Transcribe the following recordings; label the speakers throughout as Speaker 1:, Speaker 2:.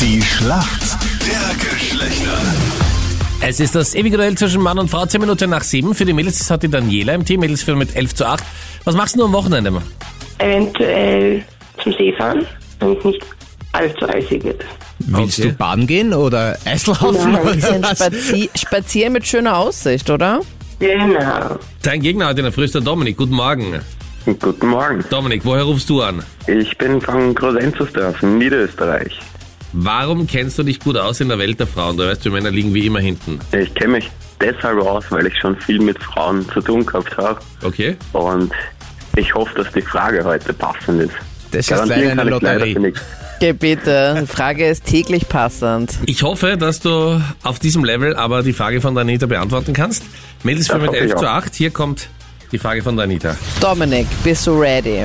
Speaker 1: Die Schlacht der Geschlechter.
Speaker 2: Es ist das ewige Duell zwischen Mann und Frau, 10 Minuten nach 7. Für die Mädels das hat die Daniela im Team. Mädels führen mit 11 zu 8. Was machst du am Wochenende? Mann?
Speaker 3: eventuell zum See fahren, wenn es nicht allzu eisig wird.
Speaker 4: Willst
Speaker 2: Okay.
Speaker 4: du baden gehen oder Eislaufen?
Speaker 3: Nein, ein
Speaker 4: oder
Speaker 5: Bisschen
Speaker 4: was?
Speaker 5: spazi spazieren mit schöner Aussicht, oder?
Speaker 3: Genau.
Speaker 2: Dein Gegner heute in der Früh ist der Dominik. Guten Morgen.
Speaker 6: Guten Morgen.
Speaker 2: Dominik, woher rufst du an?
Speaker 6: Ich bin von Grosenzersdorf, Niederösterreich.
Speaker 2: Warum kennst du dich gut aus in der Welt der Frauen? Du weißt, wir Männer liegen wie immer hinten.
Speaker 6: Ich kenne mich deshalb aus, weil ich schon viel mit Frauen zu tun gehabt habe.
Speaker 2: Okay?
Speaker 6: Und ich hoffe, dass die Frage heute passend ist.
Speaker 4: Das ist
Speaker 6: Garantieren
Speaker 4: leider eine
Speaker 6: kann ich
Speaker 4: Lotterie.
Speaker 6: leider nichts.
Speaker 5: Geh bitte. Die Frage ist täglich passend.
Speaker 2: Ich hoffe, dass du auf diesem Level aber die Frage von der Anita beantworten kannst. Mädels führen mit
Speaker 6: Das hoffe ich
Speaker 2: 11 zu
Speaker 6: auch.
Speaker 2: 8. Hier kommt die Frage von der Anita.
Speaker 5: Dominik, bist du ready?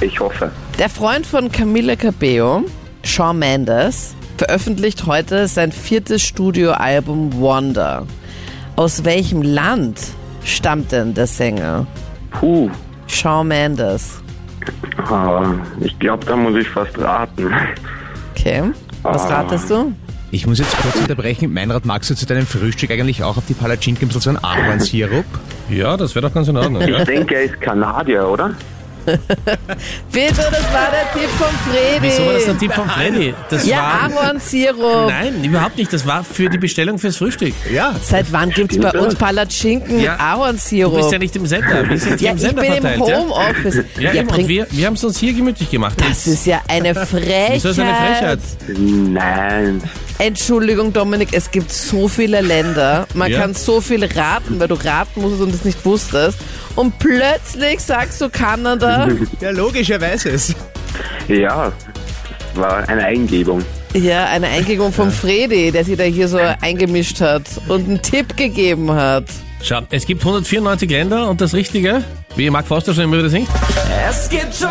Speaker 6: Ich hoffe.
Speaker 5: Der Freund von Camila Cabello, Shawn Mendes, veröffentlicht heute sein viertes Studioalbum Wonder. Aus welchem Land stammt denn der Sänger?
Speaker 6: Puh,
Speaker 5: Shawn Mendes.
Speaker 6: ah, ich glaube, da muss ich fast raten.
Speaker 5: Okay. Was
Speaker 2: Ah.
Speaker 5: ratest du?
Speaker 4: Ich muss jetzt kurz unterbrechen. Meinrad, magst du zu deinem Frühstück eigentlich auch auf die Palatschinken ein bisschen so einen Ahornsirup?
Speaker 2: Ja, das wäre doch ganz in Ordnung.
Speaker 6: Ich
Speaker 2: ja?
Speaker 6: denke, er ist Kanadier, oder?
Speaker 5: Bitte, das war der Tipp von Freddy.
Speaker 2: Wieso war das der Tipp von Freddy? Das
Speaker 5: ja,
Speaker 2: war.
Speaker 5: Ahornsirup.
Speaker 2: Nein, überhaupt nicht. Das war für die Bestellung fürs Frühstück.
Speaker 4: Ja.
Speaker 5: Seit wann gibt's bei
Speaker 6: Stimmt.
Speaker 5: uns Palatschinken
Speaker 2: Ja.
Speaker 5: mit Ahornsirup?
Speaker 2: Du bist ja nicht im Sender. Wir sind hier
Speaker 5: Ja,
Speaker 2: im
Speaker 5: ich
Speaker 2: Sender
Speaker 5: bin im
Speaker 2: verteilt.
Speaker 5: Homeoffice.
Speaker 2: ja, ja, eben, und
Speaker 5: bring-
Speaker 2: wir, wir haben es uns hier gemütlich gemacht.
Speaker 5: das ist ja eine Frechheit.
Speaker 2: Wieso ist eine Frechheit?
Speaker 6: Nein.
Speaker 5: Entschuldigung, Dominik, es gibt so viele Länder. Man
Speaker 2: Ja.
Speaker 5: kann so viel raten, weil du raten musstest und es nicht wusstest. Und plötzlich sagst du Kanada.
Speaker 4: Ja, logisch, er weiß es.
Speaker 6: Ja, das war eine Eingebung.
Speaker 5: ja, eine Eingebung von Fredi, der sich da hier so eingemischt hat und einen Tipp gegeben hat.
Speaker 2: Schau, es gibt 194 Länder und das Richtige, wie Marc Forster schon immer wieder singt,
Speaker 7: Es gibt 194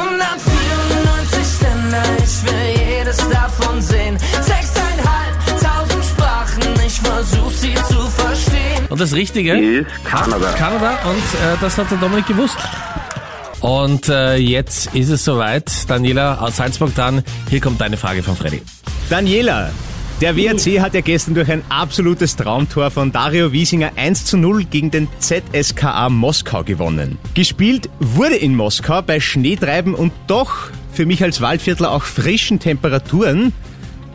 Speaker 7: Länder, ich will jedes davon sehen. Sechseinhalbtausend Sprachen, ich versuch sie zu verstehen.
Speaker 2: und das Richtige
Speaker 6: Ist Kanada.
Speaker 2: Kanada und äh, das hat der Dominik gewusst. Und äh, jetzt ist es soweit. Daniela aus Salzburg dran. Hier kommt deine Frage von Freddy.
Speaker 4: Daniela, der WRC hat ja gestern durch ein absolutes Traumtor von Dario Wiesinger 1 zu 0 gegen den ZSKA Moskau gewonnen. Gespielt wurde in Moskau bei Schneetreiben und doch für mich als Waldviertler auch frischen Temperaturen.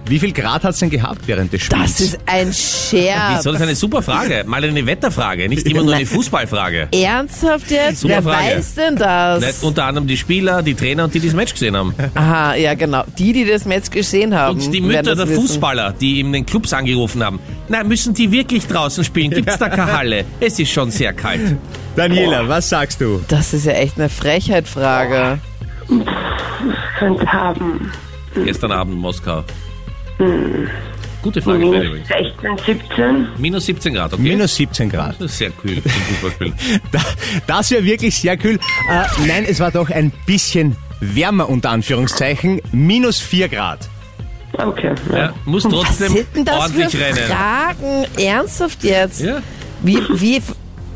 Speaker 4: Wie viel Grad hat's denn gehabt während des Spiels?
Speaker 5: Das ist ein Scherz.
Speaker 2: Wieso? Das ist eine super Frage. Mal eine Wetterfrage, nicht immer nur eine Fußballfrage.
Speaker 5: Ernsthaft jetzt?
Speaker 2: Super
Speaker 5: Wer
Speaker 2: Frage.
Speaker 5: weiß denn das?
Speaker 2: Nicht unter anderem die Spieler, die Trainer und die, die das Match gesehen haben.
Speaker 5: Aha, ja genau. Die, die das Match gesehen haben.
Speaker 2: Und die
Speaker 5: werden
Speaker 2: Mütter
Speaker 5: das
Speaker 2: der
Speaker 5: wissen.
Speaker 2: Fußballer, die in den Clubs angerufen haben. Na, müssen die wirklich draußen spielen? Gibt's da keine Halle? Es ist schon sehr kalt.
Speaker 4: Daniela, was sagst du?
Speaker 5: Das ist ja echt eine Frechheit-Frage.
Speaker 3: Könnt haben
Speaker 2: Gestern Abend in Moskau.
Speaker 5: Hm.
Speaker 2: Gute Frage,
Speaker 5: Mhm.
Speaker 2: Freddy. übrigens.
Speaker 3: 16, 17.
Speaker 2: Minus 17 Grad, okay?
Speaker 4: Minus 17 Grad.
Speaker 2: Das ist sehr kühl im Fußballspielen.
Speaker 4: Da- Das wäre wirklich sehr kühl. Äh, nein, es war doch ein bisschen wärmer unter Anführungszeichen. Minus 4 Grad.
Speaker 3: Okay.
Speaker 2: Ja, muss
Speaker 5: Was
Speaker 2: trotzdem
Speaker 5: sind denn das für
Speaker 2: ordentlich rennen.
Speaker 5: Fragen? Ernsthaft jetzt?
Speaker 2: Ja.
Speaker 5: Wie, wie,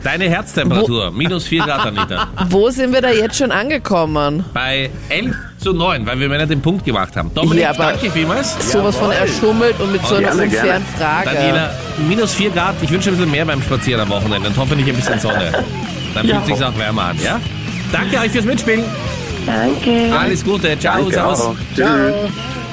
Speaker 2: Deine Herztemperatur, minus 4 Grad, Anita.
Speaker 5: wo sind wir da jetzt schon angekommen?
Speaker 2: Bei 11 zu 9, weil wir Männer den Punkt gemacht haben. Dominik,
Speaker 5: Ja, aber-
Speaker 2: danke vielmals.
Speaker 5: Sowas von erschummelt und mit so einer
Speaker 6: Gerne, gerne.
Speaker 5: unfairen Frage.
Speaker 2: Daniela, minus 4 Grad. Ich wünsche ein bisschen mehr beim Spazieren am Wochenende und hoffentlich ein bisschen Sonne. Dann fühlt sich's auch wärmer an, ja? Danke euch fürs Mitspielen.
Speaker 3: Danke.
Speaker 2: Alles Gute. Ciao,
Speaker 6: Danke
Speaker 2: servus.
Speaker 6: auch. Tschüss.